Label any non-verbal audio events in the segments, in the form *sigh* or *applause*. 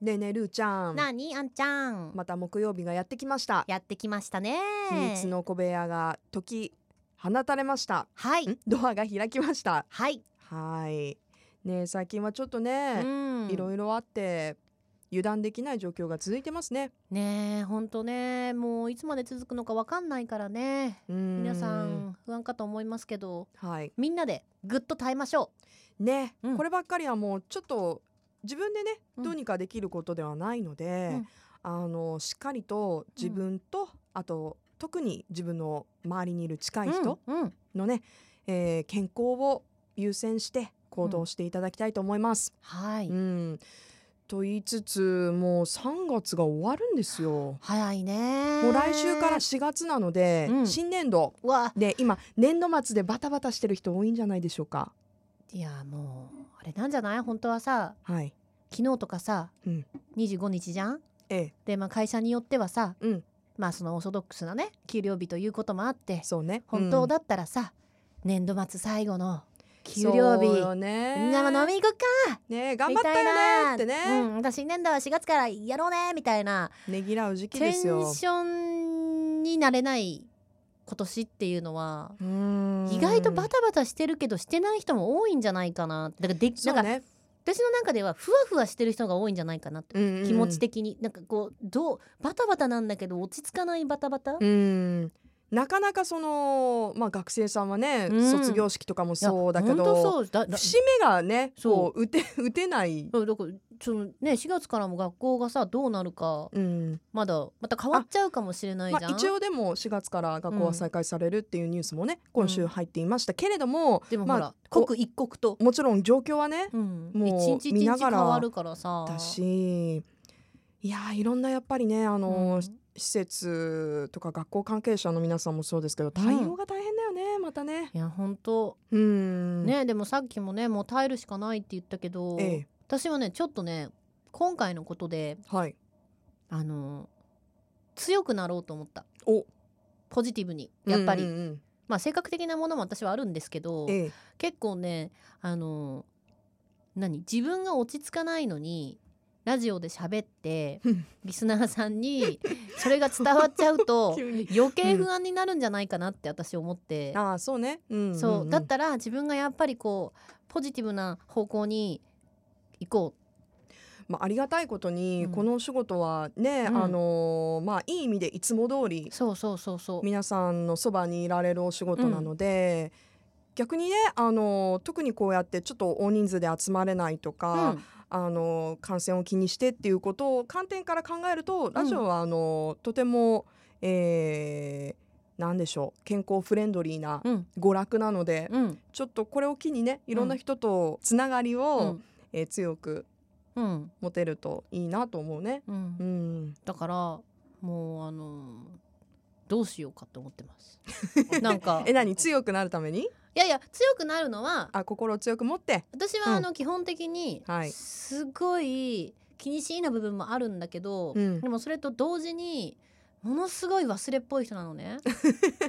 ねえねえるーちゃんなあにあんちゃん、また木曜日がやってきましたやってきましたね秘密の小部屋が解き放たれましたはいん *laughs* ドアが開きましたはいはいねえ最近はちょっとうね、んいろいろあって油断できない状況が続いてますねねえほんとねもういつまで続くのかわかんないからねうん皆さん不安かと思いますけどはいみんなでぐっと耐えましょね、うんこればっかりはもうちょっと自分でねうんどうにかできることではないので、うんあのしっかりと自分と、あと特に自分の周りにいる近うい人うんうんのね、えー健康を優先して行動していただきたいと思います。はい、うん、と言いつつもう3月が終わるんですよ。早いねもう来週から4月なので、うん新年度うわで今年度末でバタバタしてる人多いんじゃないでしょうか。いやもうあれなんじゃない本当はさはい、昨日とかさ、うん25日じゃんええ、でまあ会社によってはさ、うんまあそのオーソドックスなね給料日ということもあってそうね。本当だだったらさ、年度末最後の給料日そうよねみんなも飲みに行こっかねえ頑張ったよねってねみたいな、うん、私新年度は4月からやろうねみたいなねぎらう時期テでンすシよョンになれない今年っていうのはうーん意外とバタバタしてるけどしてない人も多いんじゃないかなだからでそなうんかね私の中ではふわふわしてる人が多いんじゃないかなって、気持ち的になんかこうどうバタバタなんだけど落ち着かないバタバタ、うんうんなかなかそのまあ学生さんはね、うん卒業式とかもそうだけいや本当どそうだだ節目がねこそうう打て *laughs* 打てない、そうだからそのね4月からも学校がさどうなるかうんまだまた変わっちゃうかもしれないまじゃあ、ん、一応でも4月から学校は再開されるっていうニュースもね、今週入っていましたけれども、でもほまら、あこ刻一刻と、もちろん状況はねうん、もう一日一見な日が変らわるからさだしいやーいろんなやっぱりねあのー、うん施設とか学校関係者の皆さんもそうですけど対応が大変だよね、またね。いや本当うんねでもさっきもねもう耐えるしかないって言ったけど、ええ私はねちょっとね今回のことではいあの強くなろうと思ったおポジティブにやっぱり、うんうんうんまあ性格的なものも私はあるんですけどええ結構ねあの何自分が落ち着かないのにラジオで喋ってうんリスナーさんにそれが伝わっちゃうと *laughs* 急に余計不安になるんじゃないかなって私思って、ああそうね、うんんんそうだったら自分がやっぱりこうポジティブな方向に行こまあ、ありがたいことに、うんこのお仕事はね、うんあのーまあいい意味でいつも通りうそうそうそうそう皆さんのそばにいられるお仕事なので、逆にねあのー特にこうやってちょっと大人数で集まれないとか、うんあの感染を気にしてっていうことを観点から考えるとラジオはあの、とても、えー、なんでしょう健康フレンドリーなうん娯楽なので、うんちょっとこれを機にねいろんな人とつながりを、うんえー強くうん持てるといいなと思うね。うんうん、だからもうあのどうしようかと思ってます。 *laughs* なんかえ何強くなるためにいやいや強くなるのはあ心を強く持って *laughs* 私うんはあの基本的にはいすごい気にしいな部分もあるんだけど、うんでもそれと同時にものすごい忘れっぽい人な *laughs* のね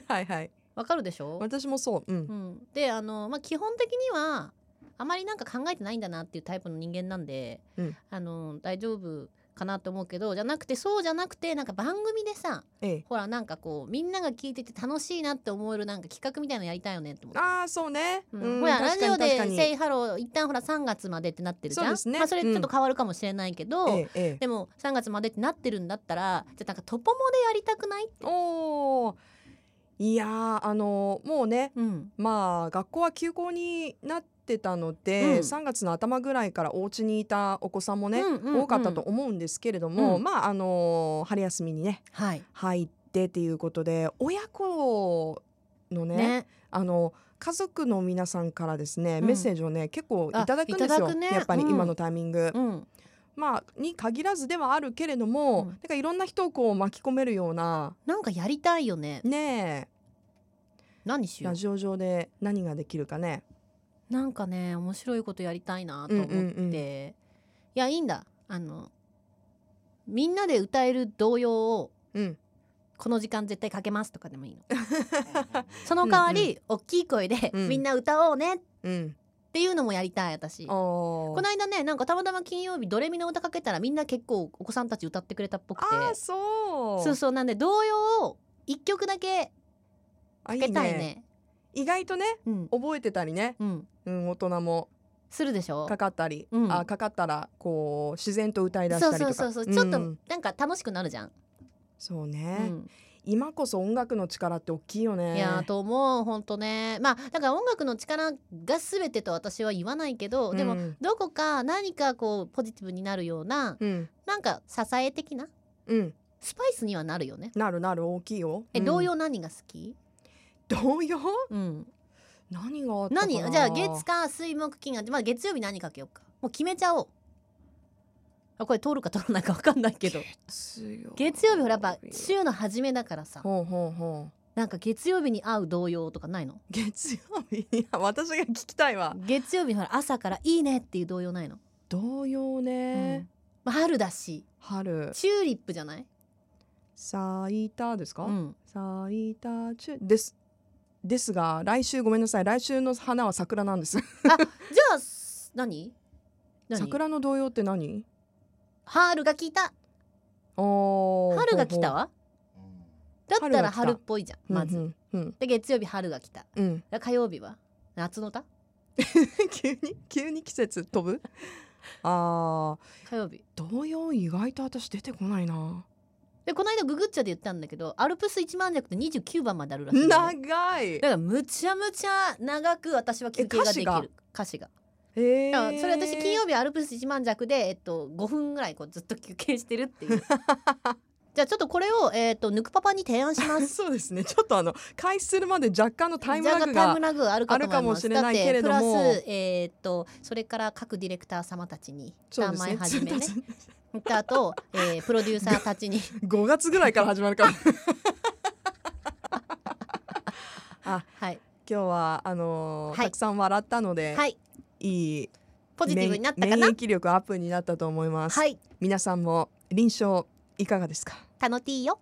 はいはいわかるでしょ、私もそう、うんうん、であの、まあ、基本的にはあまりなんか考えてないんだなっていうタイプの人間なんで、うんあの大丈夫かなと思うけどじゃなくてそうじゃなくてなんか番組でさええ、ほらなんかこうみんなが聞いてて楽しいなって思えるなんか企画みたいなのやりたいよねって思って。ああそうね、ううんん、ほらラ確ジかオに確でか「にセイハロー一旦ほら3月までってなってるじゃそうんですねまあ、それちょっとう変わるかもしれないけど、ええええ、でも3月までってなってるんだったらじゃあなんかトポモでやりたくない、おーいやーあのーもうねうん、まあ学校は休校になってたので、うん3月の頭ぐらいからお家にいたお子さんもね、うんうんうん多かったと思うんですけれども、うんまああのー春休みにねはい入ってっていうことで親子のねねあの家族の皆さんからですね、うんメッセージをね結構いただくんですあいたよ、だくねやっぱりうん今のタイミング。うんまあに限らずではあるけれども、うんなんかいろんな人をこう巻き込めるようななんかやりたいよねねえ何しよラうジオ上で何ができるかね。なんかね面白いことやりたいなと思って、うんうんうんいやいいんだあのみんなで歌える童謡をうん、この時間絶対かけますと *laughs* かでもいいのその代わり、大きい声で、うんみんな歌おうねっうん、っていうのもやりたい私ここの間ねなんかたまたま金曜日「ドレミの歌かけたらみんな結構お子さんたち歌ってくれたっぽくてあーそうそうそうなんで童謡を1曲だけあかいけいたいねね意外とねうん、覚えてたりね、うん、うん、大人もするでしょかかったり、うんあかかったらこう自然と歌いだしそたうりとそうかそうそうちょっとんなんか楽しくなるじゃん、そううね、ん、今こそ音楽の力って大きいよねいやーと思うほんとねまあだから音楽の力が全てと私は言わないけど、でうもんどこか何かこうポジティブになるようなうん、なんか支え的なうん、スパイスにはなるよねなるなる大きいよえうん童謡何が好き、童謡うん、何があったかな何じゃあ月火水木金が、まあ、月曜日何かけようかもう決めちゃおうあこれ通るか通らないか分かんないけど強い月曜日ほらやっぱ週の初めだからさほうほうほうなんか月曜日に会う童謡とかないの月曜日いや私が聞きたいわ月曜日ほら朝から「いいね」っていう童謡ないの、童謡うねん、まあ春だし春チューリップじゃない、咲いたですうか、ん、咲いた中ですですが来週ごめんなさい来週の花は桜なんですじゃあす何何桜の童謡って何春が来たおー春が来たほわだった春がら来た春っぽいじゃんうほうまず、うんうんで月曜日春が来たうん *laughs* で火曜日は夏の歌急に急に季節飛ぶあー火曜日童謡意外と私出てこないなでこの間ググっちゃで言ったんだけどアルプス一万尺って29番まであるらしいんだよね長いだからむちゃむちゃ長く私は休憩ができるえ歌詞が歌詞がえだからそれ私金曜曜日アルプス一万尺で、えっと、5分ぐらいこうずっと休憩してるっ *laughs* ていうじゃあちょっとこれを、えっとぬくパパに提案しますそうですねちょっとあの開始するまで若干の *laughs* タイムラグじゃあタイがムラグあるかと思いますあるかもしれないけれどもだってプラス、えっとそれから各ディレクター様たちにそう名です前ね始 *laughs* めねであと、えープロデューサーたちに5月ぐらいから始まるから *laughs* は今い、日はあのーはいたくさん笑ったので、はい、い、いポジティブになったか免な免疫力アップになったと思います、はい皆さんも臨床いかがですかタノティーよ